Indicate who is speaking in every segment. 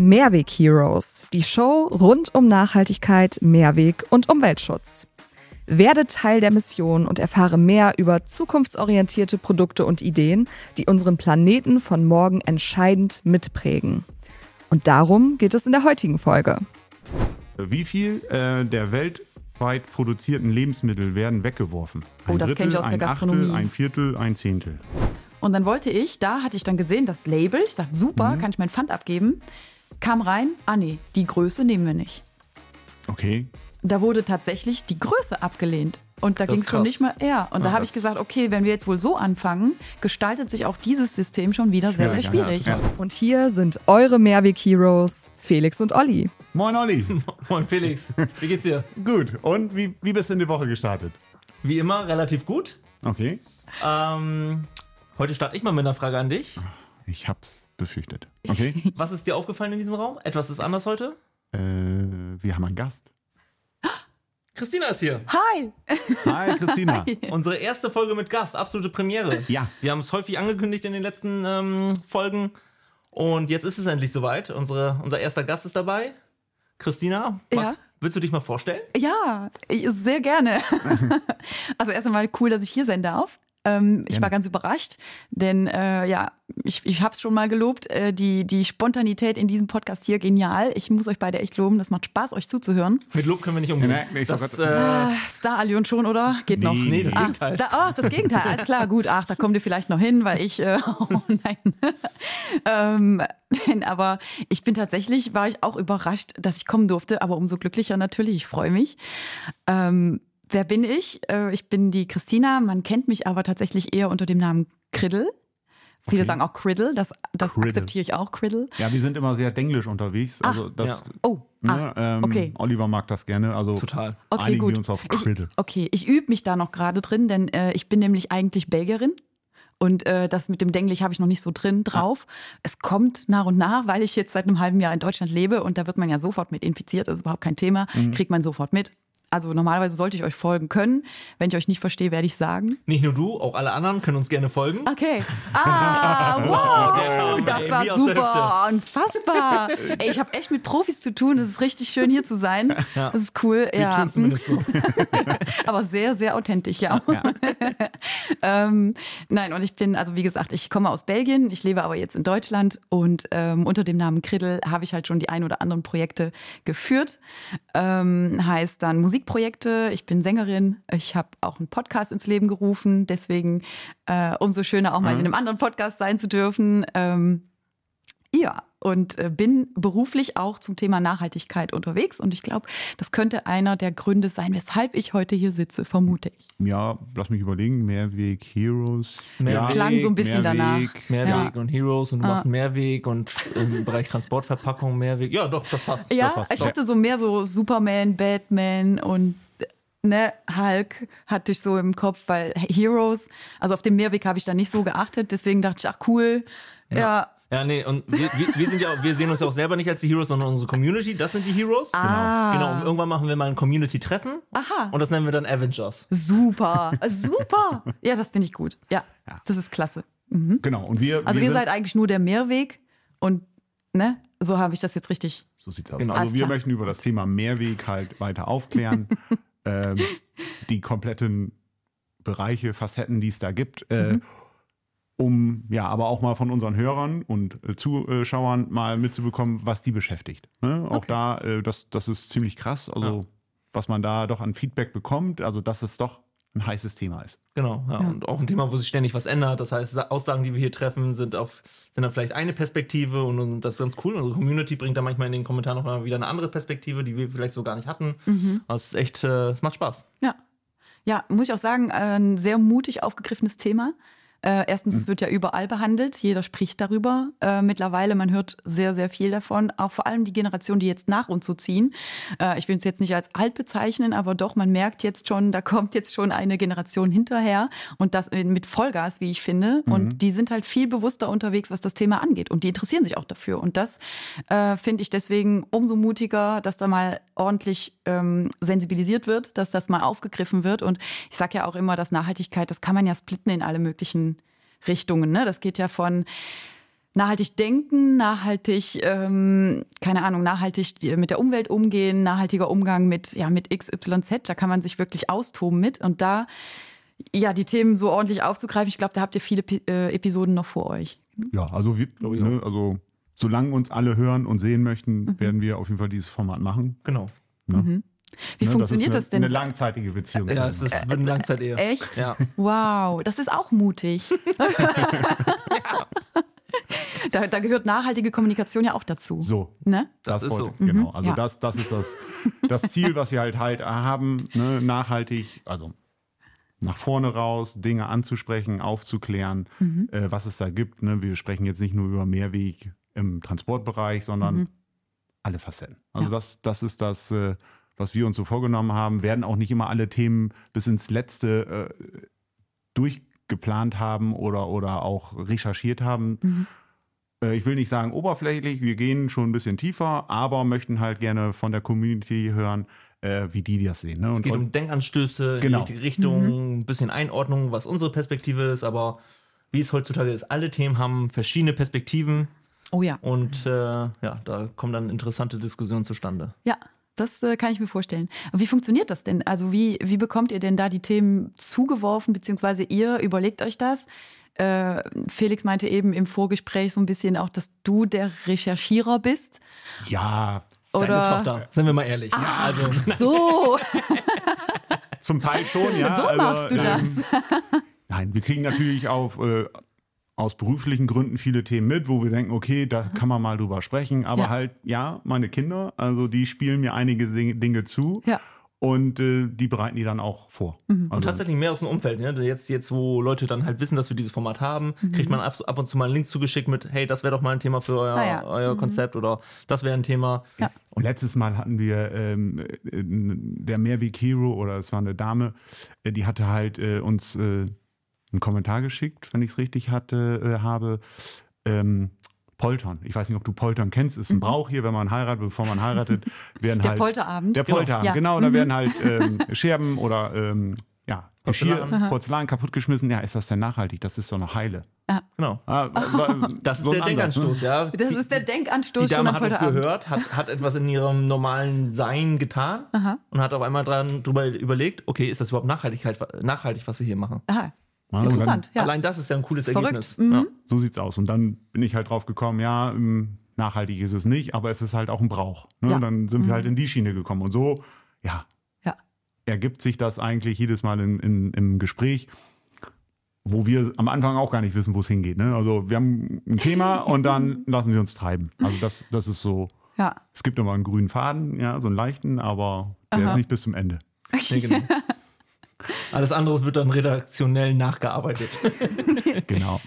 Speaker 1: Mehrweg Heroes, die Show rund um Nachhaltigkeit, Mehrweg und Umweltschutz. Werde Teil der Mission und erfahre mehr über zukunftsorientierte Produkte und Ideen, die unseren Planeten von morgen entscheidend mitprägen. Und darum geht es in der heutigen Folge.
Speaker 2: Wie viel äh, der weltweit produzierten Lebensmittel werden weggeworfen?
Speaker 3: Oh, das kenn ich aus der
Speaker 2: ein
Speaker 3: Gastronomie.
Speaker 2: Achtel, ein Viertel, ein Zehntel.
Speaker 3: Und dann wollte ich, da hatte ich dann gesehen, das Label, ich dachte, super,
Speaker 4: Mhm.
Speaker 3: kann ich meinen Pfand abgeben. Kam rein, ah nee, die Größe nehmen wir nicht.
Speaker 2: Okay.
Speaker 3: Da wurde tatsächlich die Größe abgelehnt. Und da
Speaker 4: Das
Speaker 3: ging
Speaker 4: ist
Speaker 3: es schon
Speaker 4: krass.
Speaker 3: nicht mehr eher. Und da
Speaker 4: Ja,
Speaker 3: habe ich
Speaker 4: das-
Speaker 3: gesagt, okay, wenn wir jetzt wohl so anfangen, gestaltet sich auch dieses System schon wieder sehr, sehr
Speaker 2: Schwierig, ja,
Speaker 3: schwierig.
Speaker 2: ja.
Speaker 1: Und hier sind eure Mehrweg Heroes, Felix und Olli.
Speaker 2: Moin Olli.
Speaker 4: Moin Felix, wie geht's dir?
Speaker 2: Gut. Und wie, wie bist du in die Woche gestartet?
Speaker 4: Wie immer relativ gut.
Speaker 2: Okay.
Speaker 4: Ähm, heute starte ich mal mit einer Frage an dich.
Speaker 2: Ich hab's befürchtet. Okay.
Speaker 4: Was ist dir aufgefallen in diesem Raum? Etwas ist anders heute?
Speaker 2: äh, wir haben einen Gast.
Speaker 4: Christina ist hier.
Speaker 3: Hi!
Speaker 2: Hi, Christina.
Speaker 4: Unsere erste Folge mit Gast, absolute Premiere.
Speaker 2: Ja.
Speaker 4: Wir haben es häufig angekündigt in den letzten ähm, Folgen. Und jetzt ist es endlich soweit. Unsere, unser erster Gast ist dabei. Christina,
Speaker 3: Ja.
Speaker 4: willst du dich mal vorstellen?
Speaker 3: Ja, ich- sehr gerne. also erst einmal cool, dass ich hier sein darf. Ähm, ich
Speaker 2: Gerne.
Speaker 3: war ganz überrascht, denn äh, ja, ich, ich habe es schon mal gelobt, äh, die, die Spontanität in diesem Podcast hier, genial. Ich muss euch beide echt loben, das macht Spaß, euch zuzuhören.
Speaker 4: Mit Lob können wir nicht umgehen.
Speaker 2: Nee, nee, ich
Speaker 4: das,
Speaker 2: wollte-
Speaker 4: äh,
Speaker 3: Ah, Star Allion schon, oder? Geht noch.
Speaker 4: nee, das
Speaker 2: Ah,
Speaker 4: Gegenteil.
Speaker 3: Da, ach, das Gegenteil, alles klar, gut, ach, da kommt ihr vielleicht noch hin, weil ich, äh, oh nein. ähm, nein, aber ich bin tatsächlich, war ich auch überrascht, dass ich kommen durfte, aber umso glücklicher natürlich, ich freue mich. Ähm, wer bin ich? Äh, ich bin die Christina, man kennt mich aber tatsächlich eher unter dem Namen Kriddle. Viele
Speaker 2: Okay.
Speaker 3: sagen auch Criddle, das, das
Speaker 2: Criddle.
Speaker 3: akzeptiere ich auch, Criddle.
Speaker 2: Ja, wir sind immer sehr denglisch unterwegs. Also das.
Speaker 4: ja.
Speaker 3: Oh,
Speaker 2: Ne,
Speaker 3: ah,
Speaker 2: ähm,
Speaker 3: okay.
Speaker 2: Oliver mag das gerne. Also
Speaker 4: Total.
Speaker 3: Okay,
Speaker 2: einigen
Speaker 3: gut.
Speaker 2: wir uns auf
Speaker 3: Ich,
Speaker 2: Criddle.
Speaker 3: okay, ich übe mich da noch gerade drin, denn äh, ich bin nämlich eigentlich Belgierin. Und äh, das mit dem Denglich habe ich noch nicht so drin drauf. Es kommt nach und nach, weil ich jetzt seit einem halben Jahr in Deutschland lebe und da wird man ja sofort mit infiziert, das ist überhaupt kein Thema,
Speaker 4: Mhm.
Speaker 3: kriegt man sofort mit. Also normalerweise sollte ich euch folgen können. Wenn ich euch nicht verstehe, werde ich sagen.
Speaker 4: Nicht nur du, auch alle anderen können uns gerne folgen.
Speaker 3: Okay. Ah, wow,
Speaker 4: Ja,
Speaker 3: das
Speaker 4: wie
Speaker 3: war
Speaker 4: aus der
Speaker 3: super, unfassbar. Ey, ich habe echt mit Profis zu tun. Es ist richtig schön hier zu sein.
Speaker 4: Ja.
Speaker 3: Das ist cool.
Speaker 4: Wir
Speaker 3: ja.
Speaker 4: tun zumindest so.
Speaker 3: Aber sehr, sehr authentisch, ja.
Speaker 2: Ja.
Speaker 3: ähm, nein, und ich bin, also wie gesagt, ich komme aus Belgien, ich lebe aber jetzt in Deutschland und ähm, unter dem Namen Kriddel habe ich halt schon die ein oder anderen Projekte geführt. Ähm, heißt dann Musikprojekte, ich bin Sängerin, ich habe auch einen Podcast ins Leben gerufen, deswegen äh, umso schöner auch mal in einem anderen Podcast sein zu dürfen. Ähm, ja, und äh, bin beruflich auch zum Thema Nachhaltigkeit unterwegs. Und ich glaube, das könnte einer der Gründe sein, weshalb ich heute hier sitze, vermute ich.
Speaker 2: Ja, lass mich überlegen. Mehrweg Heroes.
Speaker 4: Mehrweg.
Speaker 2: ja,
Speaker 3: Klang so ein bisschen
Speaker 2: Mehrweg.
Speaker 4: Mehrweg und Heroes und du machst einen Mehrweg und ähm, im Bereich Transportverpackung Mehrweg. Ja, doch, das passt.
Speaker 3: Ja,
Speaker 2: passt,
Speaker 3: ich
Speaker 2: ja.
Speaker 3: hatte so mehr so Superman, Batman und äh, ne, Hulk hatte ich so im Kopf, weil Heroes, also auf dem Mehrweg habe ich da nicht so geachtet. Deswegen dachte ich, ach cool, ja.
Speaker 4: Ja, nee, und wir, wir, wir, sind ja, auch- wir sehen uns ja auch selber nicht als die Heroes, sondern unsere Community. Das sind die Heroes.
Speaker 3: Ah.
Speaker 4: Genau. genau. Und irgendwann machen wir mal ein Community-Treffen.
Speaker 3: Aha.
Speaker 4: Und das nennen wir dann Avengers.
Speaker 3: Super, super. Ja, das finde ich gut. Ja, das ist klasse.
Speaker 2: Genau. Und wir,
Speaker 3: Also
Speaker 2: wir
Speaker 3: ihr
Speaker 2: sind,
Speaker 3: seid eigentlich nur der Mehrweg und ne, so habe ich das jetzt richtig
Speaker 2: So sieht's aus.
Speaker 4: Genau.
Speaker 2: Also
Speaker 3: Alles
Speaker 2: wir
Speaker 3: klar.
Speaker 2: möchten über das Thema Mehrweg halt weiter aufklären. ähm, die kompletten Bereiche, Facetten, die es da gibt.
Speaker 3: Mhm.
Speaker 2: Äh, Um ja, aber auch mal von unseren Hörern und äh, Zuschauern mal mitzubekommen, was die beschäftigt. Ne? Auch da, äh, das, das ist ziemlich krass. Also, was man da doch an Feedback bekommt, also dass es doch ein heißes Thema ist.
Speaker 4: Genau. Ja, Und auch ein Thema, wo sich ständig was ändert. Das heißt, Sa- Aussagen, die wir hier treffen, sind, auf, sind dann vielleicht eine Perspektive und, und das ist ganz cool. Unsere Community bringt da manchmal in den Kommentaren noch mal wieder eine andere Perspektive, die wir vielleicht so gar nicht hatten.
Speaker 3: Mhm.
Speaker 4: Das ist echt, äh, es macht Spaß.
Speaker 3: Ja. Ja, muss ich auch sagen, äh, ein sehr mutig aufgegriffenes Thema. Äh, erstens, es wird ja überall behandelt, jeder spricht darüber. Äh, mittlerweile, man hört sehr, sehr viel davon, auch vor allem die Generation, die jetzt nach uns so ziehen. Äh, ich will es jetzt nicht als alt bezeichnen, aber doch, man merkt jetzt schon, da kommt jetzt schon eine Generation hinterher und das in- mit Vollgas, wie ich finde. Und die sind halt viel bewusster unterwegs, was das Thema angeht und die interessieren sich auch dafür. Und das äh, finde ich deswegen umso mutiger, dass da mal ordentlich ähm, sensibilisiert wird, dass das mal aufgegriffen wird. Und ich sage ja auch immer, dass Nachhaltigkeit, das kann man ja splitten in alle möglichen Richtungen. Ne? Das geht ja von nachhaltig denken, nachhaltig, ähm, keine Ahnung, nachhaltig mit der Umwelt umgehen, nachhaltiger Umgang mit, ja, mit XYZ, da kann man sich wirklich austoben mit. Und da, ja, die Themen so ordentlich aufzugreifen, ich glaube, da habt ihr viele P äh, Episoden noch vor euch.
Speaker 2: Ja, also, wir,
Speaker 4: ich
Speaker 2: ne, also solange uns alle hören und sehen möchten,
Speaker 3: Mhm.
Speaker 2: werden wir auf jeden Fall dieses Format machen.
Speaker 4: Genau.
Speaker 2: Ne?
Speaker 3: Wie
Speaker 2: Ne,
Speaker 3: funktioniert das,
Speaker 2: ist eine,
Speaker 3: denn?
Speaker 2: Eine langzeitige Beziehung.
Speaker 4: Ja, es ist eine Langzeitehe.
Speaker 3: Echt?
Speaker 4: Ja.
Speaker 3: Wow, das ist auch mutig. da, da gehört nachhaltige Kommunikation ja auch dazu.
Speaker 2: so.
Speaker 3: Ne?
Speaker 2: Das,
Speaker 4: ist
Speaker 2: wollte,
Speaker 4: so.
Speaker 2: Genau. Also
Speaker 3: Mhm. ja.
Speaker 2: das, das ist das, das Ziel, was wir halt halt haben, ne? nachhaltig, also nach vorne raus, Dinge anzusprechen, aufzuklären,
Speaker 3: Mhm.
Speaker 2: äh, was es da gibt. Ne? Wir sprechen jetzt nicht nur über Mehrweg im Transportbereich, sondern
Speaker 3: Mhm.
Speaker 2: alle Facetten. Also
Speaker 3: Ja.
Speaker 2: das, das ist das, äh, was wir uns so vorgenommen haben, werden auch nicht immer alle Themen bis ins Letzte äh, durchgeplant haben oder, oder auch recherchiert haben.
Speaker 3: Mhm.
Speaker 2: Äh, ich will nicht sagen oberflächlich, wir gehen schon ein bisschen tiefer, aber möchten halt gerne von der Community hören, äh, wie die das sehen. Ne?
Speaker 4: Es
Speaker 2: Und,
Speaker 4: geht um Denkanstöße
Speaker 2: Genau.
Speaker 4: in die richtige
Speaker 3: Mhm.
Speaker 4: Richtung, ein bisschen Einordnung, was unsere Perspektive ist, aber wie es heutzutage ist, alle Themen haben verschiedene Perspektiven
Speaker 3: Oh ja.
Speaker 4: und äh, ja, da kommen dann interessante Diskussionen zustande.
Speaker 3: Ja, das äh, kann ich mir vorstellen. Aber wie funktioniert das denn? Also wie, wie bekommt ihr denn da die Themen zugeworfen, beziehungsweise ihr überlegt euch das? Äh, Felix meinte eben im Vorgespräch so ein bisschen auch, dass du der Recherchierer bist.
Speaker 2: ja,
Speaker 4: Seine
Speaker 3: Oder- Ah.
Speaker 4: Tochter, seien wir mal ehrlich. also,
Speaker 3: So,
Speaker 2: Zum Teil schon, ja. also, ähm,
Speaker 3: So machst du
Speaker 2: das. Nein, wir kriegen natürlich auf, äh, aus beruflichen Gründen viele Themen mit, wo wir denken, okay, da kann man mal drüber sprechen. Aber
Speaker 3: Mhm. Ja.
Speaker 2: halt, ja, meine Kinder, also die spielen mir einige Sing- Dinge zu.
Speaker 3: Ja. Mhm.
Speaker 2: Und äh, die bereiten die dann auch vor. Also,
Speaker 4: Und tatsächlich mehr aus dem Umfeld. Ne? Jetzt, jetzt, wo Leute dann halt wissen, dass wir dieses Format haben,
Speaker 3: Mhm.
Speaker 4: kriegt man ab, ab und zu mal einen Link zugeschickt mit, hey, das wäre doch mal ein Thema für euer,
Speaker 3: Ah ja.
Speaker 4: euer Konzept oder das wäre ein Thema.
Speaker 2: Und letztes Mal hatten wir ähm, äh, der Mehrweg Hero oder es war eine Dame, äh, die hatte halt äh, uns äh, einen Kommentar geschickt, wenn ich es richtig hatte, äh, habe. Ähm, Poltern. Ich weiß nicht, ob du Poltern kennst. Ist ein Brauch hier, wenn man heiratet, bevor man heiratet, werden
Speaker 3: Mhm. Der
Speaker 2: halt
Speaker 3: Polterabend.
Speaker 2: Der
Speaker 3: Genau.
Speaker 2: Polterabend.
Speaker 3: Ja.
Speaker 2: Genau, da werden halt ähm, Scherben oder ähm, ja Geschirr,
Speaker 4: Porzellan.
Speaker 2: Porzellan. kaputtgeschmissen. Ja, ist das denn nachhaltig? Das ist doch noch heile.
Speaker 4: Genau.
Speaker 2: Ah,
Speaker 4: Das ist
Speaker 2: so ein
Speaker 4: der
Speaker 2: Ansatz, ne?
Speaker 4: Denkanstoß, ja.
Speaker 3: das
Speaker 4: Die-
Speaker 3: ist der Denkanstoß
Speaker 4: Die
Speaker 3: schon
Speaker 4: Dame
Speaker 3: am
Speaker 4: hat uns
Speaker 3: Polterabend.
Speaker 4: gehört, hat, hat etwas in ihrem normalen Sein getan und hat auf einmal dran drüber überlegt, okay, ist das überhaupt Nachhaltigkeit, nachhaltig, was wir hier machen?
Speaker 3: Aha,
Speaker 2: Ja, und dann-
Speaker 3: interessant. Ja.
Speaker 4: Allein das ist ja ein cooles
Speaker 3: Verrückt.
Speaker 4: Ergebnis.
Speaker 3: Mhm.
Speaker 4: Ja.
Speaker 2: So sieht's aus. Und dann bin ich halt drauf gekommen, ja, ähm, nachhaltig ist es nicht, aber es ist halt auch ein Brauch. Ne?
Speaker 3: Ja. Mhm.
Speaker 2: Und Dann sind wir halt in die Schiene gekommen. Und so, ja,
Speaker 3: Ja.
Speaker 2: ergibt sich das eigentlich jedes Mal in, in, im Gespräch, wo wir am Anfang auch gar nicht wissen, wo es hingeht. Ne? Also wir haben ein Thema und dann lassen wir uns treiben. Also das, das ist so,
Speaker 3: ja.
Speaker 2: es gibt immer einen grünen Faden, ja, so einen leichten, aber der ist nicht bis zum Ende.
Speaker 4: Nee, genau. Alles andere wird dann redaktionell nachgearbeitet.
Speaker 2: Genau.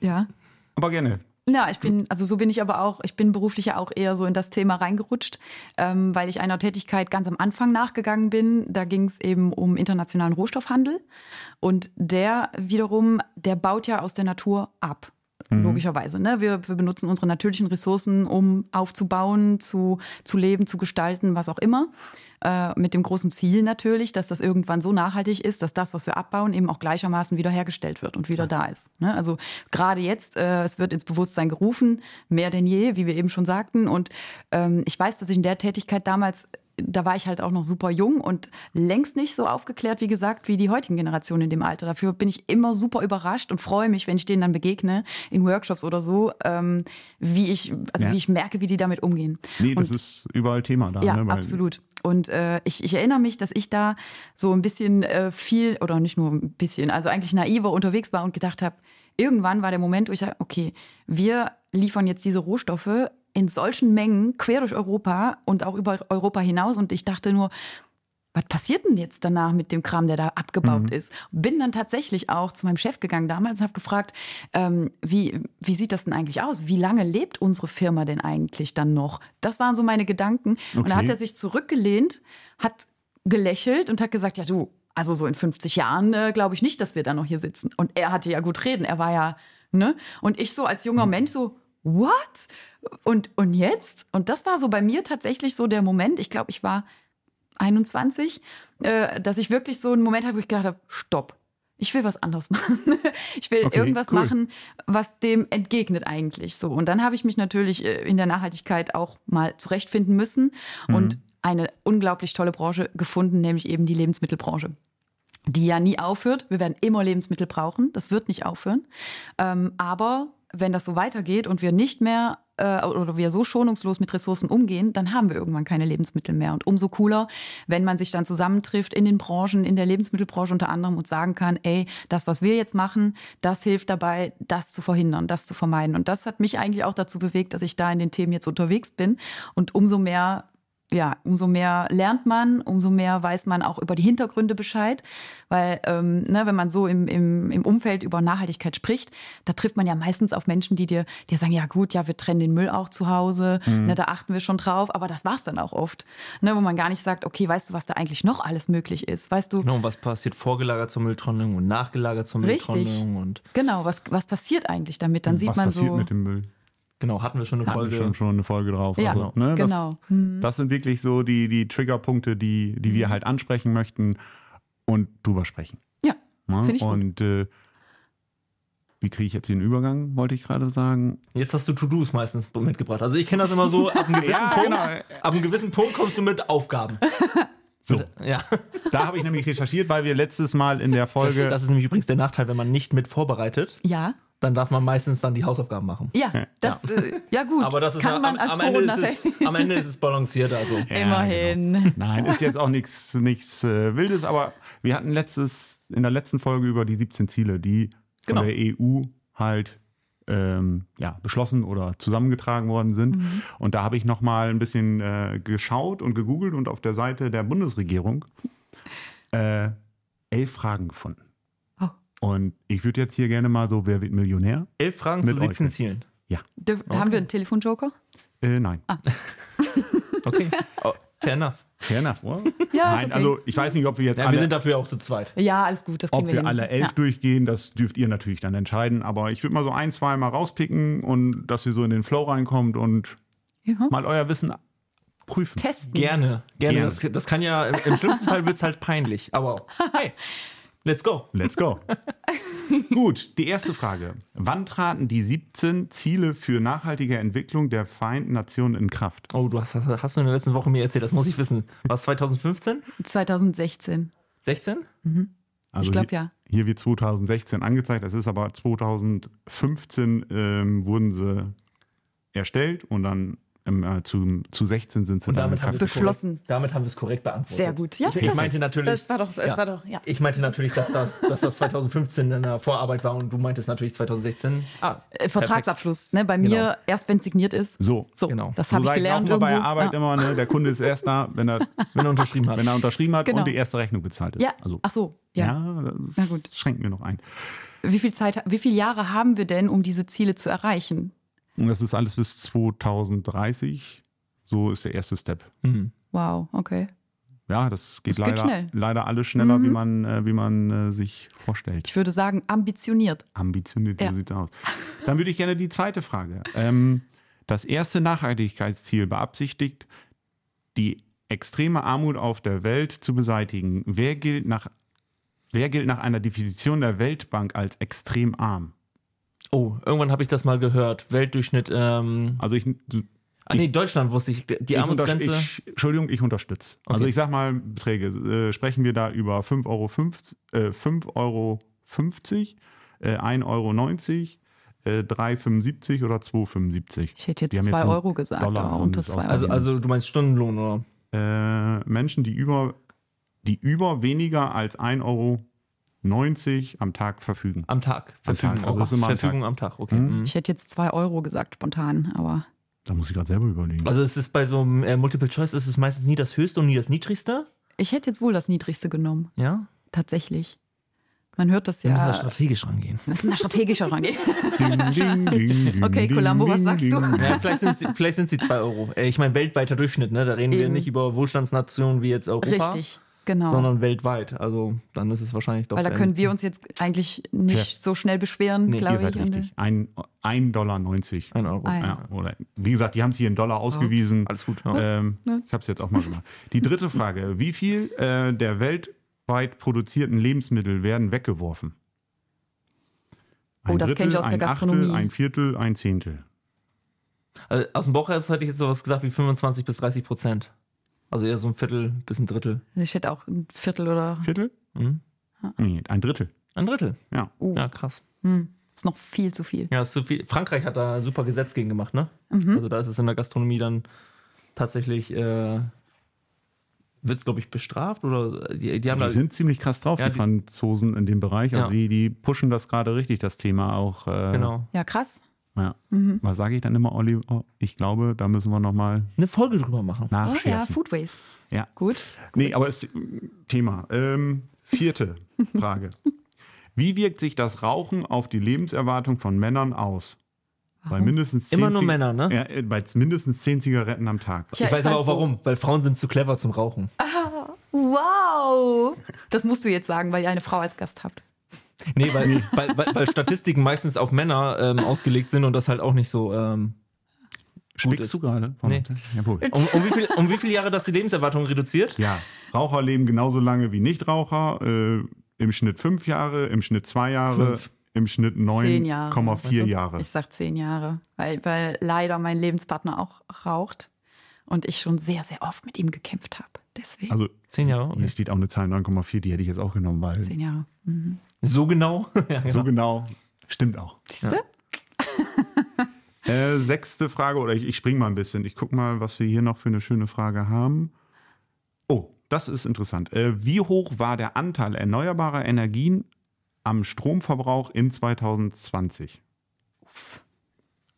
Speaker 3: ja.
Speaker 2: Aber gerne.
Speaker 3: Ja, ich bin, also so bin ich aber auch, ich bin beruflich ja auch eher so in das Thema reingerutscht, ähm, weil ich einer Tätigkeit ganz am Anfang nachgegangen bin. Da ging es eben um internationalen Rohstoffhandel. Und der wiederum, der baut ja aus der Natur ab.
Speaker 4: Mhm.
Speaker 3: Logischerweise. Ne? Wir, wir benutzen unsere natürlichen Ressourcen, um aufzubauen, zu, zu leben, zu gestalten, was auch immer. Äh, mit dem großen Ziel natürlich, dass das irgendwann so nachhaltig ist, dass das, was wir abbauen, eben auch gleichermaßen wiederhergestellt wird und wieder da ist. Ne? Also gerade jetzt, äh, es wird ins Bewusstsein gerufen, mehr denn je, wie wir eben schon sagten. Und ähm, ich weiß, dass ich in der Tätigkeit damals da war ich halt auch noch super jung und längst nicht so aufgeklärt, wie gesagt, wie die heutigen Generationen in dem Alter. Dafür bin ich immer super überrascht und freue mich, wenn ich denen dann begegne, in Workshops oder so, ähm, wie ich, also
Speaker 2: Ja.
Speaker 3: wie ich merke, wie die damit umgehen.
Speaker 2: Nee, das
Speaker 3: Und-
Speaker 2: ist überall Thema da.
Speaker 3: ja,
Speaker 2: ne? Weil-
Speaker 3: absolut. Und äh, ich, ich erinnere mich, dass ich da so ein bisschen äh, viel, oder nicht nur ein bisschen, also eigentlich naiver unterwegs war und gedacht habe, irgendwann war der Moment, wo ich sage, okay, wir liefern jetzt diese Rohstoffe in solchen Mengen quer durch Europa und auch über Europa hinaus. Und ich dachte nur, was passiert denn jetzt danach mit dem Kram, der da abgebaut ist? Bin dann tatsächlich auch zu meinem Chef gegangen damals und habe gefragt, ähm, wie, wie sieht das denn eigentlich aus? Wie lange lebt unsere Firma denn eigentlich dann noch? Das waren so meine Gedanken. Und
Speaker 2: Okay.
Speaker 3: dann hat er sich zurückgelehnt, hat gelächelt und hat gesagt, ja du, also so in 50 Jahren äh, glaube ich nicht, dass wir da noch hier sitzen. Und er hatte ja gut reden, er war ja, ne? Und ich so als junger Mensch so, what? Und, und jetzt? Und das war so bei mir tatsächlich so der Moment, ich glaube, ich war 21, äh, dass ich wirklich so einen Moment hatte, wo ich gedacht habe, stopp. ich will was anderes machen. ich will
Speaker 2: Okay,
Speaker 3: irgendwas
Speaker 2: cool.
Speaker 3: machen, was dem entgegnet eigentlich so. Und dann habe ich mich natürlich äh, in der Nachhaltigkeit auch mal zurechtfinden müssen und
Speaker 2: Mhm.
Speaker 3: eine unglaublich tolle Branche gefunden, nämlich eben die Lebensmittelbranche die ja nie aufhört. Wir werden immer Lebensmittel brauchen. Das wird nicht aufhören. Ähm, aber wenn das so weitergeht und wir nicht mehr äh, oder wir so schonungslos mit Ressourcen umgehen, dann haben wir irgendwann keine Lebensmittel mehr. Und umso cooler, wenn man sich dann zusammentrifft in den Branchen, in der Lebensmittelbranche unter anderem und sagen kann, ey, das, was wir jetzt machen, das hilft dabei, das zu verhindern, das zu vermeiden. Und das hat mich eigentlich auch dazu bewegt, dass ich da in den Themen jetzt unterwegs bin und umso mehr ja, umso mehr lernt man, umso mehr weiß man auch über die Hintergründe Bescheid. Weil, ähm, ne, wenn man so im, im, im Umfeld über Nachhaltigkeit spricht, da trifft man ja meistens auf Menschen, die dir, die sagen, ja gut, ja, wir trennen den Müll auch zu Hause,
Speaker 2: Mhm.
Speaker 3: ne, da achten wir schon drauf, aber das war's dann auch oft. Ne, wo man gar nicht sagt, okay, weißt du, was da eigentlich noch alles möglich ist? Weißt du,
Speaker 4: Genau, und was passiert vorgelagert zur Mülltrennung und nachgelagert zur
Speaker 3: Richtig.
Speaker 4: Mülltrennung? Und
Speaker 3: genau, was, was passiert eigentlich damit? Dann sieht
Speaker 2: Mhm. Was
Speaker 3: man
Speaker 2: passiert
Speaker 3: so.
Speaker 2: mit ne, dem Müll?
Speaker 4: genau, hatten wir schon eine
Speaker 2: Hatten wir
Speaker 4: Folge.
Speaker 2: schon, schon eine Folge drauf.
Speaker 3: Ja,
Speaker 2: also, ne,
Speaker 3: genau.
Speaker 2: Das, das sind wirklich so die, die Triggerpunkte, die, die wir halt ansprechen möchten und drüber sprechen.
Speaker 3: ja,
Speaker 2: Ne?
Speaker 3: finde ich gut.
Speaker 2: und äh, wie kriege ich jetzt den Übergang, wollte ich gerade sagen.
Speaker 4: Jetzt hast du To-Dos meistens mitgebracht. Also ich kenne das immer so, ab einem, gewissen
Speaker 2: Ja,
Speaker 4: Punkt,
Speaker 2: genau.
Speaker 4: ab einem gewissen Punkt kommst du mit Aufgaben.
Speaker 2: So,
Speaker 4: Ja.
Speaker 2: da habe ich nämlich recherchiert, weil wir letztes Mal in der
Speaker 4: Das,
Speaker 2: Folge.
Speaker 4: das ist nämlich übrigens der Nachteil, wenn man nicht mit vorbereitet,
Speaker 3: Ja,
Speaker 4: dann darf man meistens dann die Hausaufgaben machen.
Speaker 3: ja, das, ja, äh, ja gut,
Speaker 4: Aber das ist
Speaker 3: kann
Speaker 4: ja-
Speaker 3: man als
Speaker 4: am, am, Ende ist
Speaker 3: Corona-Technik-
Speaker 4: es, am Ende ist es balanciert. Also.
Speaker 2: Ja,
Speaker 3: Immerhin.
Speaker 2: Genau. Nein, ist jetzt auch nichts nichts äh, Wildes, aber wir hatten letztes, in der letzten Folge über die 17 Ziele, die
Speaker 4: Genau.
Speaker 2: von der EU halt ähm, ja, beschlossen oder zusammengetragen worden sind.
Speaker 3: Mhm.
Speaker 2: Und da habe ich nochmal ein bisschen äh, geschaut und gegoogelt und auf der Seite der Bundesregierung äh, elf Fragen gefunden.
Speaker 3: Oh.
Speaker 2: Und ich würde jetzt hier gerne mal so, wer wird Millionär?
Speaker 4: Elf Fragen
Speaker 2: Mit
Speaker 4: zu 17
Speaker 2: euch.
Speaker 4: Zielen.
Speaker 3: Dürf- Haben wir einen Telefonjoker?
Speaker 2: Äh, nein.
Speaker 3: Ah.
Speaker 4: Okay. Oh, fair enough.
Speaker 2: Fair enough, oder?
Speaker 3: Ja, ist
Speaker 2: nein,
Speaker 3: okay.
Speaker 2: also ich weiß nicht, ob wir jetzt
Speaker 4: Ja,
Speaker 2: alle
Speaker 4: wir sind dafür auch zu zweit.
Speaker 3: Ja, alles gut, das kriegen
Speaker 2: Ob
Speaker 3: wir
Speaker 2: wir
Speaker 3: hin.
Speaker 2: alle elf
Speaker 3: ja.
Speaker 2: durchgehen, das dürft ihr natürlich dann entscheiden. Aber ich würde mal so ein, zwei Mal rauspicken und dass ihr so in den Flow reinkommt und
Speaker 3: Ja.
Speaker 2: mal euer Wissen prüfen.
Speaker 3: testen.
Speaker 4: Gerne. Gerne.
Speaker 2: Gerne.
Speaker 4: Das, das kann ja, im, im schlimmsten Fall wird es halt peinlich. Aber hey, let's go.
Speaker 2: Let's go. Gut, die erste Frage. Wann traten die 17 Ziele für nachhaltige Entwicklung der Vereinten Nationen in Kraft?
Speaker 4: Oh, du hast, hast, hast du in der letzten Woche mir erzählt, das muss ich wissen. War es 2015?
Speaker 3: 2016.
Speaker 4: 16?
Speaker 2: Also
Speaker 3: Ich glaub,
Speaker 2: hier-
Speaker 3: ja.
Speaker 2: Hier wird 2016 angezeigt, das ist aber 2015 ähm, wurden sie erstellt und dann im, äh, zu, zu 16 sind sie
Speaker 4: Und
Speaker 2: dann in
Speaker 4: damit haben
Speaker 2: Kraft
Speaker 4: wir es
Speaker 3: Beschlossen.
Speaker 4: korrekt- Damit haben wir es korrekt beantwortet.
Speaker 3: Sehr gut. Ja,
Speaker 4: ich, ich
Speaker 3: das-
Speaker 4: meinte natürlich,
Speaker 3: das war doch- es war doch- ja.
Speaker 4: Ich meinte natürlich, dass das, dass das 2015 in der Vorarbeit war und du meintest natürlich 2016. Ah,
Speaker 3: Äh, Vertragsabschluss, ne? Bei mir
Speaker 4: Genau.
Speaker 3: erst, wenn signiert ist.
Speaker 2: So.
Speaker 3: So,
Speaker 4: Genau.
Speaker 3: das
Speaker 2: So
Speaker 3: habe ich
Speaker 2: sag
Speaker 3: gelernt.
Speaker 2: auch immer bei der
Speaker 3: irgendwo.
Speaker 2: Arbeit
Speaker 3: ja.
Speaker 2: immer, ne? der Kunde ist erst da, wenn er,
Speaker 4: wenn er unterschrieben hat.
Speaker 2: wenn er unterschrieben hat
Speaker 3: Genau.
Speaker 2: und die erste Rechnung bezahlt ist.
Speaker 3: Ja,
Speaker 2: Also,
Speaker 3: ach so. Ja.
Speaker 2: ja. das
Speaker 3: Na gut.
Speaker 2: schränken wir noch ein.
Speaker 3: Wie viel Zeit, wie viele Jahre haben wir denn, um diese Ziele zu erreichen?
Speaker 2: Und das ist alles bis 2030. So ist der erste Step.
Speaker 4: Hm.
Speaker 3: Wow, okay.
Speaker 2: Ja, das geht,
Speaker 3: Das geht
Speaker 2: leider,
Speaker 3: schnell. Mhm.
Speaker 2: leider alles schneller, wie man, äh, wie man äh, sich vorstellt.
Speaker 3: Ich würde sagen, ambitioniert.
Speaker 2: Ambitioniert,
Speaker 3: Ja.
Speaker 2: so sieht das aus. Dann würde ich gerne die zweite Frage. Ähm, das erste Nachhaltigkeitsziel beabsichtigt, die extreme Armut auf der Welt zu beseitigen. Wer gilt nach, wer gilt nach einer Definition der Weltbank als extrem arm?
Speaker 4: Oh, irgendwann habe ich das mal gehört. Weltdurchschnitt. Ähm,
Speaker 2: Also ich,
Speaker 4: ah, nee, Deutschland wusste ich. Die
Speaker 2: ich, unterst-
Speaker 4: Armutsgrenze.
Speaker 2: ich Entschuldigung, ich unterstütze. Also ich sag mal Beträge. Äh, sprechen wir da über 5,50 Euro, äh, 5,50 Euro, äh, 1,90 Euro, äh, 3,75 oder 2,75.
Speaker 3: Ich hätte
Speaker 2: Die
Speaker 3: jetzt
Speaker 2: haben
Speaker 3: 2
Speaker 2: einen
Speaker 3: Euro gesagt,
Speaker 2: Dollar
Speaker 3: aber
Speaker 2: und
Speaker 3: unter
Speaker 2: ist
Speaker 3: 2 Euro.
Speaker 4: also, also du meinst Stundenlohn, oder?
Speaker 2: äh, Menschen, die über, die über weniger als 1,90 Euro am Tag verfügen.
Speaker 4: Am Tag.
Speaker 2: Am Tag, also
Speaker 4: auch,
Speaker 2: das ist immer am
Speaker 4: Verfügung am Tag, okay. Mhm.
Speaker 3: Ich hätte jetzt 2 Euro gesagt, spontan, aber
Speaker 2: Da muss ich gerade selber überlegen.
Speaker 4: Also es ist bei so einem äh, Multiple Choice ist es meistens nie das höchste und nie das niedrigste.
Speaker 3: ich hätte jetzt wohl das Niedrigste genommen,
Speaker 4: Ja.
Speaker 3: tatsächlich. Man hört das
Speaker 4: Wir müssen
Speaker 3: ja.
Speaker 4: da strategisch rangehen.
Speaker 3: Wir müssen da strategischer rangehen.
Speaker 2: Ding, ding, ding, ding,
Speaker 3: Okay, Columbo, was sagst du?
Speaker 4: Ja, vielleicht sind sie- vielleicht sind sie 2 Euro. Äh, Ich meine, weltweiter Durchschnitt, ne? Da reden wir
Speaker 3: Eben.
Speaker 4: nicht über Wohlstandsnationen wie jetzt Europa,
Speaker 3: Richtig, genau.
Speaker 4: sondern weltweit. Also dann ist es wahrscheinlich doch.
Speaker 3: Weil da
Speaker 4: der-
Speaker 3: können wir uns jetzt eigentlich nicht
Speaker 2: Ja.
Speaker 3: so schnell beschweren,
Speaker 4: Nee,
Speaker 2: Ihr
Speaker 3: glaube
Speaker 2: seid
Speaker 3: ich. an der-
Speaker 2: richtig. Ein- 1,90 Dollar.
Speaker 4: Ein Euro.
Speaker 3: Ah,
Speaker 2: Ja, oder, wie gesagt, die haben es hier in Dollar ausgewiesen.
Speaker 4: Alles gut. Ja.
Speaker 2: Ähm, ich habe es jetzt auch mal gemacht. Die dritte Frage. Wie viel äh, der weltweiten weltweit produzierten Lebensmittel werden weggeworfen.
Speaker 3: Oh, das kenn ich aus der
Speaker 2: ein
Speaker 3: Gastronomie.
Speaker 2: Achtel, ein Viertel, ein Zehntel.
Speaker 4: Also aus dem Bauch heraus hätte ich jetzt sowas gesagt wie 25 bis 30 Prozent. Also eher so ein Viertel bis ein Drittel.
Speaker 3: Ich hätte auch ein Viertel oder.
Speaker 2: Viertel?
Speaker 4: Mhm.
Speaker 2: Nee, ein Drittel.
Speaker 4: Ein Drittel.
Speaker 2: Ja.
Speaker 3: Oh,
Speaker 4: Ja, krass.
Speaker 3: hm, ist noch viel zu viel.
Speaker 4: Ja, ist zu viel. Frankreich hat da ein super Gesetz gegen gemacht, ne?
Speaker 3: Mhm.
Speaker 4: Also da ist es in der Gastronomie dann tatsächlich, äh, wird es, glaube ich, bestraft oder äh, die, die haben
Speaker 2: Die
Speaker 4: da.
Speaker 2: sind ziemlich krass drauf,
Speaker 4: Ja,
Speaker 2: die,
Speaker 4: die-
Speaker 2: Franzosen in dem Bereich. Also
Speaker 4: Ja.
Speaker 2: die, die pushen das gerade richtig, das Thema auch. Äh,
Speaker 4: genau.
Speaker 3: Ja, krass.
Speaker 2: Ja. Was sage ich dann immer, Olli? Oh, ich glaube, da müssen wir nochmal
Speaker 4: Eine Folge drüber machen.
Speaker 3: Oh
Speaker 2: nachschärfen.
Speaker 3: ja, Food Waste.
Speaker 2: Ja.
Speaker 3: Gut.
Speaker 2: Nee, aber ist Thema. Ähm, vierte Frage. Wie wirkt sich das Rauchen auf die Lebenserwartung von Männern aus? Bei mindestens zehn
Speaker 4: Immer nur
Speaker 2: Zig-
Speaker 4: Männer, ne?
Speaker 2: Ja, äh, bei mindestens zehn Zigaretten am Tag.
Speaker 3: Tja,
Speaker 4: ich weiß
Speaker 3: ist
Speaker 4: aber
Speaker 3: halt
Speaker 4: auch
Speaker 3: so.
Speaker 4: warum, weil Frauen sind zu clever zum Rauchen.
Speaker 3: Wow! Das musst du jetzt sagen, weil ihr eine Frau als Gast habt.
Speaker 4: Nee, weil, weil, weil, weil Statistiken meistens auf Männer ähm, ausgelegt sind und das halt auch nicht so. Ähm,
Speaker 2: Spickst
Speaker 4: ist.
Speaker 2: du gerade?
Speaker 4: Nee.
Speaker 2: Jawohl.
Speaker 4: um, um, wie viel, um wie viele Jahre das die Lebenserwartung reduziert?
Speaker 2: Ja, Raucher leben genauso lange wie Nichtraucher. Äh, Im Schnitt fünf Jahre, im Schnitt zwei Jahre,
Speaker 4: Fünf.
Speaker 2: im Schnitt
Speaker 3: Zehn Jahre. Also
Speaker 2: 9,4 Jahre.
Speaker 3: Ich sag zehn Jahre, weil, weil leider mein Lebenspartner auch raucht und ich schon sehr, sehr oft mit ihm gekämpft habe. Deswegen
Speaker 2: Also
Speaker 4: Zehn Jahre?
Speaker 2: hier
Speaker 4: Okay.
Speaker 2: steht auch eine Zahl 9,4, die hätte ich jetzt auch genommen, weil
Speaker 3: zehn Jahre. Mhm.
Speaker 4: So genau? ja, genau.
Speaker 2: so genau stimmt auch.
Speaker 3: Siehst du?
Speaker 2: Äh, sechste Frage, oder ich, ich spring mal ein bisschen. Ich guck mal, was wir hier noch für eine schöne Frage haben. Oh, das ist interessant. Äh, wie hoch war der Anteil erneuerbarer Energien am Stromverbrauch in 2020?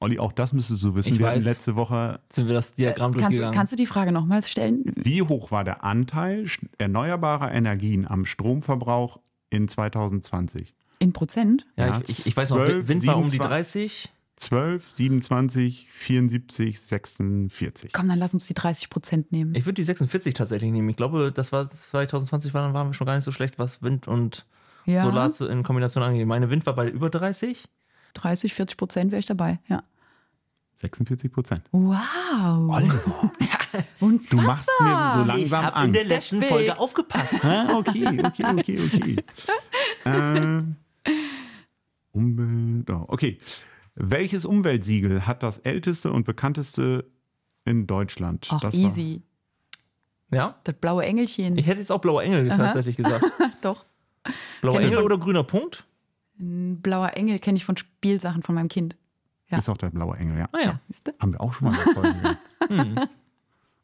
Speaker 2: Olli, auch das müsstest du wissen.
Speaker 4: Ich
Speaker 2: wir
Speaker 4: weiß.
Speaker 2: hatten letzte Woche,
Speaker 4: Sind wir das Diagramm
Speaker 3: Äh, Kannst,
Speaker 4: durchgegangen?
Speaker 3: kannst du die Frage nochmals stellen?
Speaker 2: wie hoch war der Anteil sch- erneuerbarer Energien am Stromverbrauch in 2020?
Speaker 3: In Prozent?
Speaker 4: ja,
Speaker 2: Ja,
Speaker 4: ich, ich, ich weiß noch,
Speaker 2: 12,
Speaker 4: Wind war um die
Speaker 2: 27.
Speaker 4: 30.
Speaker 2: 12, 27, 74, 46.
Speaker 3: Komm, dann lass uns die 30 Prozent nehmen.
Speaker 4: Ich würde die 46 tatsächlich nehmen. Ich glaube, das war 2020, war, dann waren wir schon gar nicht so schlecht, was Wind und
Speaker 3: ja,
Speaker 4: Solar zu, in Kombination angeht. Meine Wind war bei über 30.
Speaker 3: 30, 40 Prozent wäre ich dabei. Ja.
Speaker 2: 46 Prozent.
Speaker 3: Wow. Und
Speaker 2: Du machst mir so langsam
Speaker 4: hab
Speaker 2: Angst.
Speaker 3: letzten Folge
Speaker 4: aufgepasst.
Speaker 2: Ah, okay, okay, okay, okay. ähm, Umwelt. Oh, okay. Welches Umweltsiegel hat das älteste und bekannteste in Deutschland?
Speaker 3: Auch
Speaker 2: das war-
Speaker 3: easy.
Speaker 4: Ja,
Speaker 3: Das blaue Engelchen.
Speaker 4: ich hätte jetzt auch blauer Engel tatsächlich gesagt.
Speaker 3: Doch.
Speaker 4: Blauer
Speaker 3: Kenn ich
Speaker 4: Engel
Speaker 3: von-
Speaker 4: oder grüner Punkt?
Speaker 3: Ein blauer Engel kenne ich von Spielsachen von meinem Kind. Ja.
Speaker 2: Ist auch der blaue Engel, ja.
Speaker 4: Ah ja.
Speaker 3: Siehst du?
Speaker 2: Haben wir auch schon mal gefolgt.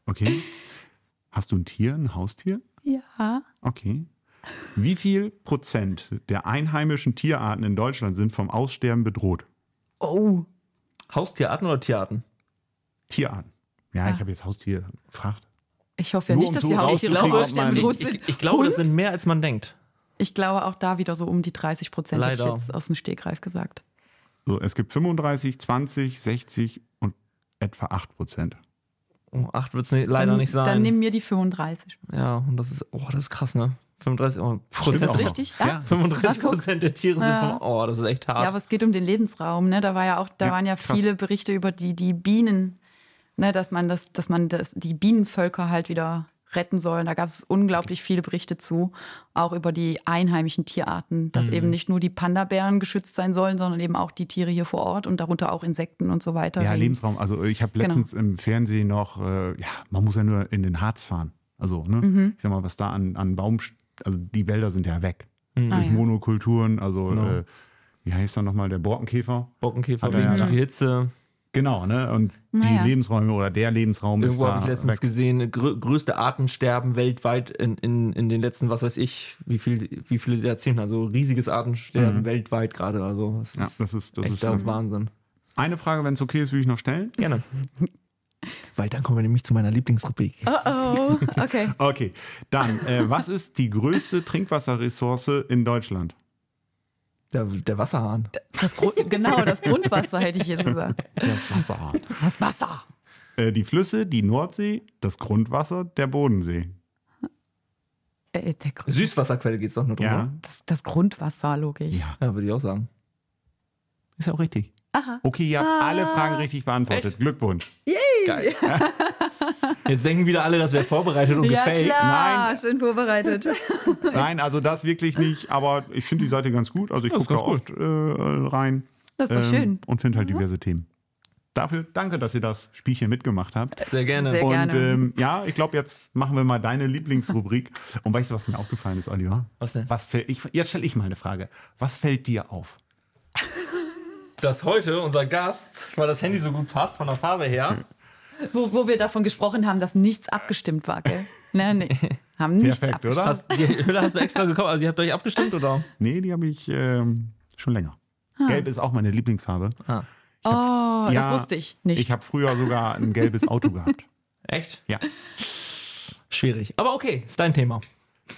Speaker 2: Okay. Hast du ein Tier, ein Haustier?
Speaker 3: Ja.
Speaker 2: Okay. Wie viel Prozent der einheimischen Tierarten in Deutschland sind vom Aussterben bedroht?
Speaker 3: Oh.
Speaker 4: Haustierarten oder Tierarten?
Speaker 2: Tierarten. Ja,
Speaker 3: Ah.
Speaker 2: ich habe jetzt Haustier gefragt.
Speaker 3: Ich hoffe ja
Speaker 2: Nur
Speaker 3: nicht,
Speaker 2: um
Speaker 3: dass
Speaker 2: so
Speaker 3: die
Speaker 2: rauszukriegen,
Speaker 3: Haustiere
Speaker 2: ob man-
Speaker 3: aussterben bedroht
Speaker 4: ich,
Speaker 3: sind.
Speaker 4: ich, ich glaube, das
Speaker 3: Und
Speaker 4: sind mehr, als man denkt.
Speaker 3: ich glaube auch da wieder so um die 30 Prozent, hätte ich
Speaker 4: Leider.
Speaker 3: jetzt aus dem Stegreif gesagt.
Speaker 2: So, es gibt 35, 20, 60 und etwa 8 Prozent.
Speaker 4: Oh, acht wird es leider
Speaker 3: dann,
Speaker 4: nicht sein.
Speaker 3: Dann nimm mir die 35.
Speaker 4: ja, und das ist, oh, das ist krass, ne? 35 oh,
Speaker 3: Ist
Speaker 4: Prozent.
Speaker 3: das
Speaker 2: auch noch.
Speaker 3: richtig?
Speaker 2: Ja,
Speaker 3: Ja.
Speaker 4: 35 Prozent der Tiere sind
Speaker 3: Ja.
Speaker 4: vom, oh, das ist echt hart.
Speaker 3: Ja, aber es geht um den Lebensraum, ne? Da war ja auch, da
Speaker 2: Ja,
Speaker 3: waren ja
Speaker 2: krass.
Speaker 3: viele Berichte über die, die Bienen, ne? dass man das, dass man das, die Bienenvölker halt wieder retten soll. Da gab es unglaublich viele Berichte zu, auch über die einheimischen Tierarten,
Speaker 2: Mhm.
Speaker 3: dass eben nicht nur die Panda-Bären geschützt sein sollen, sondern eben auch die Tiere hier vor Ort und darunter auch Insekten und so weiter.
Speaker 2: Ja,
Speaker 3: Wegen-
Speaker 2: Lebensraum. Also ich habe
Speaker 3: Genau.
Speaker 2: letztens im Fernsehen noch, äh, ja, man muss ja nur in den Harz fahren. Also, ne,
Speaker 3: Mhm.
Speaker 2: ich sag mal, was da an, an Baum, also die Wälder sind ja weg.
Speaker 3: Ah,
Speaker 2: Durch
Speaker 3: ja.
Speaker 2: Monokulturen, also
Speaker 4: Genau.
Speaker 2: äh, wie heißt da nochmal, der Borkenkäfer?
Speaker 4: Borkenkäfer
Speaker 2: Hat
Speaker 4: wegen
Speaker 2: er
Speaker 4: zu
Speaker 2: ja.
Speaker 4: viel Hitze.
Speaker 2: Genau, ne? Und die
Speaker 3: Naja.
Speaker 2: Lebensräume oder der Lebensraum
Speaker 4: Irgendwo habe
Speaker 2: ist
Speaker 4: ich
Speaker 2: da
Speaker 4: letztens
Speaker 2: weg.
Speaker 4: gesehen, grö größte Artensterben weltweit in, in, in den letzten, was weiß ich, wie, viel, wie viele Jahrzehnten. Also riesiges Artensterben weltweit gerade. Also das
Speaker 2: Mhm. Ja,
Speaker 4: ist
Speaker 2: das ist, das
Speaker 4: echt
Speaker 2: ist
Speaker 4: der
Speaker 2: ähm,
Speaker 4: Wahnsinn.
Speaker 2: eine Frage, wenn es okay ist, will ich noch stellen.
Speaker 4: Gerne. Weil dann kommen wir nämlich zu meiner Lieblingsrubrik.
Speaker 3: Oh, oh, okay.
Speaker 2: Okay, dann, äh, was ist die größte Trinkwasserressource in Deutschland?
Speaker 4: Der, der Wasserhahn.
Speaker 3: Das Gru- genau, das Grundwasser hätte ich jetzt gesagt.
Speaker 2: Der Wasserhahn.
Speaker 3: Das Wasser.
Speaker 2: Äh, die Flüsse, die Nordsee, das Grundwasser, der Bodensee.
Speaker 3: Äh, der Grund,
Speaker 4: Süßwasserquelle geht es doch nur drum.
Speaker 2: Ja.
Speaker 4: ne?
Speaker 3: das, das Grundwasser, logisch.
Speaker 2: Ja.
Speaker 4: ja würde ich auch sagen.
Speaker 2: Ist
Speaker 3: Ah.
Speaker 2: ja auch richtig. Okay, ihr habt alle Fragen richtig beantwortet. Glückwunsch.
Speaker 4: Geil. Jetzt denken wieder alle, das wäre vorbereitet und
Speaker 3: ja,
Speaker 4: gefaked.
Speaker 3: klar, schön vorbereitet.
Speaker 2: Nein, also das wirklich nicht, aber ich finde die Seite ganz gut. Also ich
Speaker 4: Ja, ist
Speaker 2: gucke da oft
Speaker 4: ganz
Speaker 2: äh, rein.
Speaker 3: Das ist doch schön. Mhm.
Speaker 2: Und finde halt diverse Themen. Dafür danke, dass ihr das Spielchen mitgemacht habt.
Speaker 4: Sehr gerne.
Speaker 3: Sehr
Speaker 2: und
Speaker 3: gerne.
Speaker 2: Ähm, ja, ich glaube, jetzt machen wir mal deine Lieblingsrubrik. Und weißt du, was mir aufgefallen ist, Oliver?
Speaker 4: Was denn?
Speaker 2: Was fällt, ich, jetzt stelle ich mal eine Frage. Was fällt dir auf?
Speaker 4: Dass heute unser Gast, weil das Handy so gut passt von der Farbe her,
Speaker 3: Wo, wo wir davon gesprochen haben, dass nichts abgestimmt war, gell? Nee, nee. Haben nichts
Speaker 2: Perfekt,
Speaker 3: abgestimmt.
Speaker 2: oder?
Speaker 4: hast, die Hülle hast du extra gekauft. Also, ihr habt euch abgestimmt oder?
Speaker 2: Nee, die habe ich ähm, schon länger. Gelb ist auch meine Lieblingsfarbe.
Speaker 4: Ah,
Speaker 3: Ah. Oh,
Speaker 2: Ja,
Speaker 3: das wusste ich nicht.
Speaker 2: Ich habe früher sogar ein gelbes Auto gehabt.
Speaker 4: echt?
Speaker 2: Ja.
Speaker 4: Schwierig. Aber okay, ist dein Thema.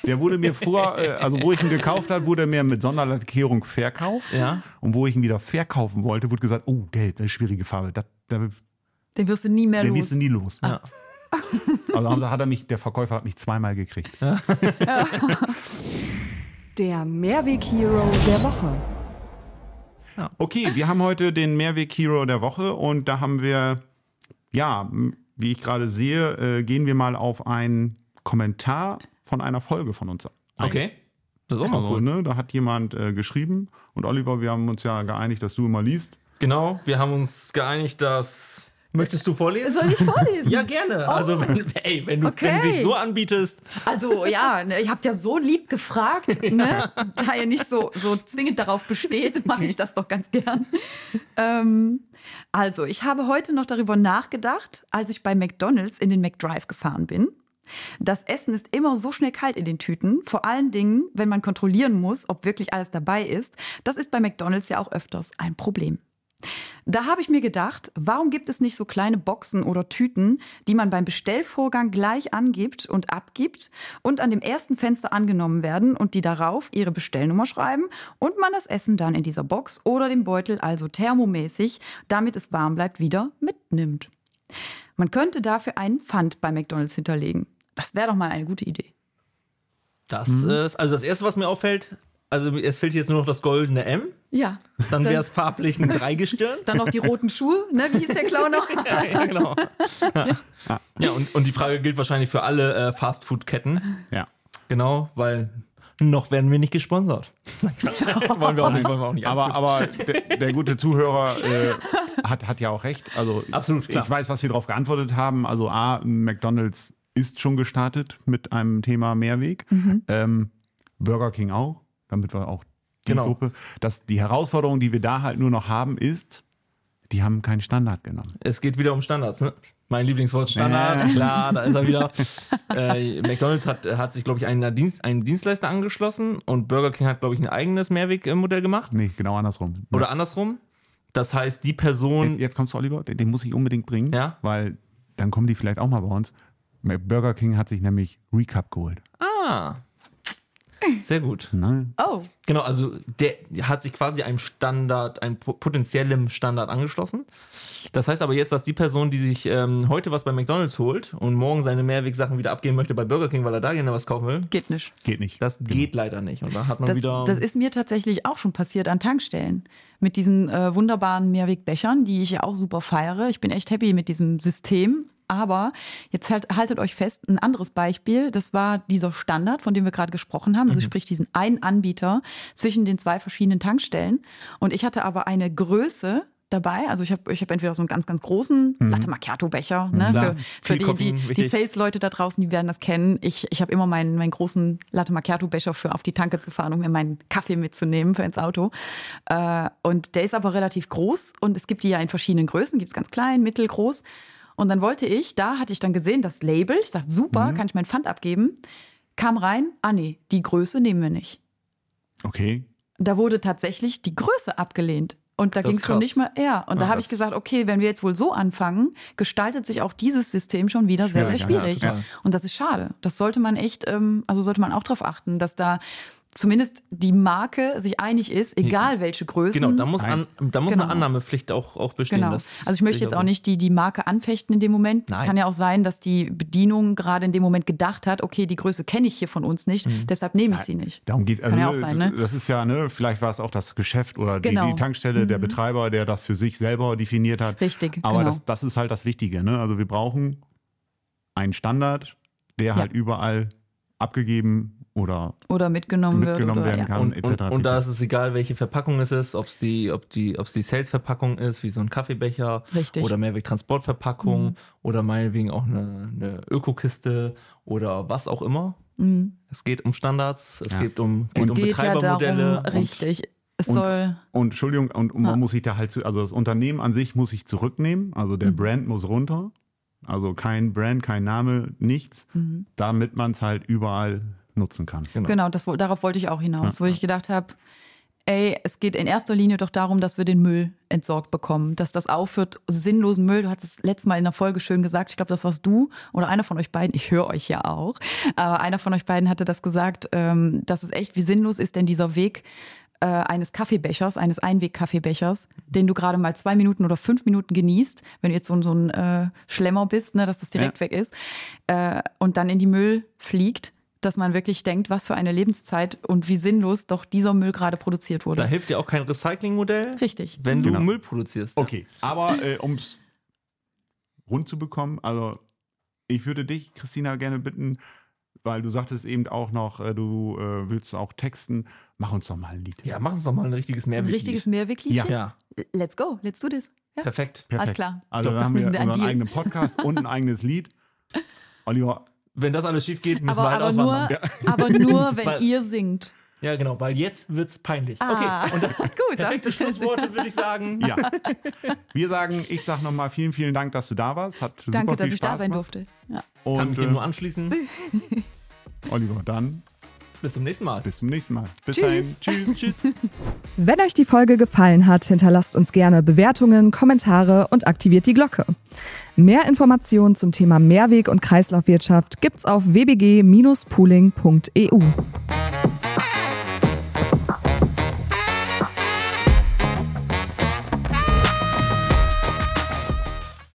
Speaker 2: Der wurde mir vor, äh, also wo ich ihn gekauft habe, wurde er mir mit Sonderlackierung verkauft.
Speaker 4: Ja.
Speaker 2: Und wo ich ihn wieder verkaufen wollte, wurde gesagt, oh, gelb, eine schwierige Farbe. Da, da,
Speaker 3: Den wirst du nie mehr
Speaker 2: der
Speaker 3: los.
Speaker 2: wirst du nie los.
Speaker 4: Ja.
Speaker 2: Also haben sie- hat er mich, der Verkäufer hat mich zweimal gekriegt.
Speaker 1: Der Mehrweg-Hero der Woche.
Speaker 2: Okay, wir haben heute den Mehrweg-Hero der Woche und da haben wir, ja, m- wie ich gerade sehe, äh, gehen wir mal auf einen Kommentar von einer Folge von uns. ein.
Speaker 4: Okay. Das ist auch mal
Speaker 2: Also,
Speaker 4: cool.
Speaker 2: ne, da hat jemand äh, geschrieben und Oliver, wir haben uns ja geeinigt, dass du immer liest.
Speaker 4: Genau, wir haben uns geeinigt, dass. Möchtest du vorlesen?
Speaker 3: Soll ich vorlesen?
Speaker 4: Ja, gerne. Also, wenn, ey, wenn du, wenn du dich
Speaker 3: Okay.
Speaker 4: so anbietest,
Speaker 3: Also ja, ne, ihr habt ja so lieb gefragt, ne? da ihr nicht so, so zwingend darauf besteht, mache ich das doch ganz gern. Ähm, also, ich habe heute noch darüber nachgedacht, als ich bei McDonald's in den McDrive gefahren bin. Das Essen ist immer so schnell kalt in den Tüten, vor allen Dingen, wenn man kontrollieren muss, ob wirklich alles dabei ist. Das ist bei McDonald's ja auch öfters ein Problem. Da habe ich mir gedacht, warum gibt es nicht so kleine Boxen oder Tüten, die man beim Bestellvorgang gleich angibt und abgibt und an dem ersten Fenster angenommen werden und die darauf ihre Bestellnummer schreiben und man das Essen dann in dieser Box oder dem Beutel, also thermomäßig, damit es warm bleibt, wieder mitnimmt. Man könnte dafür einen Pfand bei McDonald's hinterlegen. Das wäre doch mal eine gute Idee.
Speaker 4: das
Speaker 3: Hm.
Speaker 4: ist. Also, das Erste, was mir auffällt, also, es fehlt jetzt nur noch das goldene M.
Speaker 3: Ja.
Speaker 4: Dann wäre es farblich ein Dreigestirn.
Speaker 3: Dann noch die roten Schuhe, ne? Wie hieß der Clown noch?
Speaker 4: ja, ja, genau. Ja, und, und die Frage gilt wahrscheinlich für alle äh, Fastfood-Ketten.
Speaker 2: Ja.
Speaker 4: Genau, weil noch werden wir nicht gesponsert. wollen wir auch nicht, wollen wir auch nicht. Alles
Speaker 2: Aber, aber der, der gute Zuhörer äh, hat, hat ja auch recht. Also
Speaker 4: Absolut, klar.
Speaker 2: ich weiß, was wir darauf geantwortet haben. Also A, McDonalds ist schon gestartet mit einem Thema Mehrweg. Ähm, Burger King auch, damit wir auch die
Speaker 4: Genau.
Speaker 2: Gruppe. Das, die Herausforderung, die wir da halt nur noch haben, ist, die haben keinen Standard genommen.
Speaker 4: Es geht wieder um Standards, ne? Mein Lieblingswort Standard,
Speaker 2: Äh.
Speaker 4: klar, da ist er wieder. äh, McDonalds hat, hat sich, glaube ich, einer Dienst, einem Dienstleister angeschlossen und Burger King hat, glaube ich, ein eigenes Mehrwegmodell gemacht.
Speaker 2: Nee, genau andersrum.
Speaker 4: Oder andersrum. Das heißt, die Person.
Speaker 2: Jetzt, jetzt kommst du, Oliver, den, den muss ich unbedingt bringen,
Speaker 4: Ja.
Speaker 2: weil dann kommen die vielleicht auch mal bei uns. Burger King hat sich nämlich Recap geholt.
Speaker 4: Ah. Sehr gut.
Speaker 2: Ne?
Speaker 3: Oh,
Speaker 4: Genau, also der hat sich quasi einem Standard, einem po- potenziellen Standard angeschlossen. Das heißt aber jetzt, dass die Person, die sich ähm, heute was bei McDonalds holt und morgen seine Mehrwegsachen wieder abgeben möchte bei Burger King, weil er da gerne was kaufen will,
Speaker 3: geht nicht.
Speaker 2: Geht nicht.
Speaker 4: das geht leider nicht. Und da hat man
Speaker 3: Das,
Speaker 4: wieder.
Speaker 3: das ist mir tatsächlich auch schon passiert an Tankstellen. Mit diesen äh, wunderbaren Mehrwegbechern, die ich ja auch super feiere. Ich bin echt happy mit diesem System. Aber jetzt halt, haltet euch fest, ein anderes Beispiel, das war dieser Standard, von dem wir gerade gesprochen haben. Also
Speaker 4: Mhm.
Speaker 3: sprich diesen einen Anbieter zwischen den zwei verschiedenen Tankstellen. Und ich hatte aber eine Größe dabei. Also ich habe ich hab entweder so einen ganz, ganz großen Latte Macchiato-Becher. Ne,
Speaker 4: Mhm. Klar.
Speaker 3: für für
Speaker 4: Viel
Speaker 3: die,
Speaker 4: Koffein,
Speaker 3: die, die
Speaker 4: wichtig.
Speaker 3: Sales-Leute da draußen, die werden das kennen. Ich, ich habe immer meinen, meinen großen Latte Macchiato-Becher für auf die Tanke zu fahren, um mir meinen Kaffee mitzunehmen für ins Auto. Äh, und der ist aber relativ groß und es gibt die ja in verschiedenen Größen. Gibt es ganz klein, mittel, groß. Und dann wollte ich, da hatte ich dann gesehen, das Label. Ich dachte, super,
Speaker 4: Mhm.
Speaker 3: kann ich meinen Pfand abgeben. Kam rein, ah nee, die Größe nehmen wir nicht.
Speaker 2: Okay,
Speaker 3: Da wurde tatsächlich die Größe abgelehnt. Und da
Speaker 4: Das
Speaker 3: ging
Speaker 4: ist
Speaker 3: es schon
Speaker 4: krass.
Speaker 3: nicht mehr. Ja, und da
Speaker 4: Ja,
Speaker 3: habe ich
Speaker 4: das-
Speaker 3: gesagt, okay, wenn wir jetzt wohl so anfangen, gestaltet sich auch dieses System schon wieder sehr, sehr
Speaker 2: Schwierig, ja,
Speaker 3: schwierig.
Speaker 4: ja, total.
Speaker 3: und das ist schade. Das sollte man echt, ähm, also sollte man auch darauf achten, dass da zumindest die Marke sich einig ist, egal welche Größen.
Speaker 4: Genau, da muss, an, da muss eine
Speaker 3: Genau.
Speaker 4: Annahmepflicht auch, auch bestehen.
Speaker 3: Genau.
Speaker 4: Das
Speaker 3: Also ich möchte
Speaker 4: sehe
Speaker 3: jetzt
Speaker 4: so.
Speaker 3: auch nicht die, die Marke anfechten in dem Moment. Es
Speaker 4: Nein.
Speaker 3: kann ja auch sein, dass die Bedienung gerade in dem Moment gedacht hat, okay, die Größe kenne ich hier von uns nicht,
Speaker 4: Mhm.
Speaker 3: deshalb nehme ich sie nicht.
Speaker 2: Darum geht
Speaker 3: Kann ja auch sein, ne?
Speaker 2: Das ist ja, ne, vielleicht war es auch das Geschäft oder die,
Speaker 3: Genau.
Speaker 2: die Tankstelle, der Betreiber, der das für sich selber definiert hat.
Speaker 3: Richtig,
Speaker 2: Aber
Speaker 3: genau.
Speaker 2: das, das ist halt das Wichtige, ne? Also wir brauchen einen Standard, der halt überall abgegeben oder
Speaker 3: Oder mitgenommen, wird.
Speaker 2: mitgenommen
Speaker 3: Oder,
Speaker 2: werden
Speaker 3: ja.
Speaker 2: kann,
Speaker 4: Und, und,
Speaker 2: etc.
Speaker 4: und da ist es egal, welche Verpackung es ist, ob's die, ob die, ob's die Sales-Verpackung ist, wie so ein Kaffeebecher
Speaker 3: Richtig. Mhm.
Speaker 4: oder Mehrwegtransportverpackung oder meinetwegen auch eine, eine Ökokiste oder was auch immer.
Speaker 3: Mhm.
Speaker 4: Es geht um Standards, es
Speaker 2: Ja.
Speaker 4: geht um, geht
Speaker 3: Es
Speaker 4: um
Speaker 3: geht ja
Speaker 4: Betreibermodelle.
Speaker 3: darum, richtig. Es
Speaker 2: und-
Speaker 3: soll,
Speaker 2: Und Entschuldigung, und, und
Speaker 3: Ja.
Speaker 2: man muss sich da halt zu, also das Unternehmen an sich muss sich zurücknehmen, also
Speaker 3: Mhm.
Speaker 2: der Brand muss runter. Also kein Brand, kein Name, nichts,
Speaker 3: mhm.
Speaker 2: damit man es halt überall nutzen kann.
Speaker 4: Genau.
Speaker 3: genau, das, wo- darauf wollte ich auch hinaus,
Speaker 2: Ja.
Speaker 3: wo ich gedacht habe, ey, es geht in erster Linie doch darum, dass wir den Müll entsorgt bekommen, dass das aufhört, sinnlosen Müll. Du hast es letztes Mal in der Folge schön gesagt, ich glaube, das warst du oder einer von euch beiden, ich höre euch ja auch, aber einer von euch beiden hatte das gesagt, ähm, dass es echt, wie sinnlos ist denn dieser Weg, äh, eines Kaffeebechers, eines Einweg-Kaffeebechers, den du gerade mal zwei Minuten oder fünf Minuten genießt, wenn du jetzt so, ein- so ein äh, Schlemmer bist, ne, dass das direkt weg ist, äh, und dann in die Müll fliegt, dass man wirklich denkt, was für eine Lebenszeit und wie sinnlos doch dieser Müll gerade produziert
Speaker 4: Da
Speaker 3: wurde.
Speaker 4: hilft dir auch kein Recyclingmodell,
Speaker 3: Richtig.
Speaker 4: wenn du
Speaker 2: Genau.
Speaker 4: Müll produzierst.
Speaker 2: Okay, aber äh, um es rund zu bekommen, also ich würde dich, Christina, gerne bitten, weil du sagtest eben auch noch, äh, du äh, willst auch texten, mach uns doch mal ein Lied.
Speaker 4: Ja, mach uns doch mal ein richtiges
Speaker 3: Ein
Speaker 4: Mehrweg.
Speaker 3: richtiges Mehrwegliedchen?
Speaker 4: Ja,
Speaker 3: Let's go, let's do this. Ja.
Speaker 4: perfekt.
Speaker 3: Alles klar.
Speaker 2: Also
Speaker 3: Doch,
Speaker 2: dann haben
Speaker 3: das
Speaker 2: wir
Speaker 3: müssen wir an
Speaker 2: unseren
Speaker 3: Deal.
Speaker 2: eigenen Podcast und ein eigenes Lied. Oliver,
Speaker 4: Wenn das alles schief geht, müssen
Speaker 3: Aber,
Speaker 4: wir halt
Speaker 3: aber,
Speaker 4: auswandern.
Speaker 3: nur, aber nur, wenn
Speaker 4: Weil-
Speaker 3: ihr singt.
Speaker 4: Ja, genau, weil jetzt wird's peinlich.
Speaker 3: Ah,
Speaker 4: Okay, und dann,
Speaker 3: gut.
Speaker 4: perfekte Schlussworte würde ich sagen.
Speaker 2: ja. Wir sagen, ich sag nochmal vielen, vielen Dank, dass du da warst. Hat super
Speaker 3: Danke,
Speaker 2: viel
Speaker 3: dass ich
Speaker 2: Spaß
Speaker 3: da sein
Speaker 2: gemacht.
Speaker 3: durfte. Ja.
Speaker 4: Kann
Speaker 2: Und
Speaker 4: mich dem nur
Speaker 2: äh,
Speaker 4: anschließen.
Speaker 2: Oliver, dann
Speaker 4: Bis zum nächsten Mal.
Speaker 2: bis zum nächsten Mal. Bis
Speaker 3: Tschüss.
Speaker 2: dahin. Tschüss.
Speaker 4: Tschüss.
Speaker 1: Wenn euch die Folge gefallen hat, hinterlasst uns gerne Bewertungen, Kommentare und aktiviert die Glocke. Mehr Informationen zum E Thema Mehrweg- und Kreislaufwirtschaft gibt's auf wbg-pooling.eu.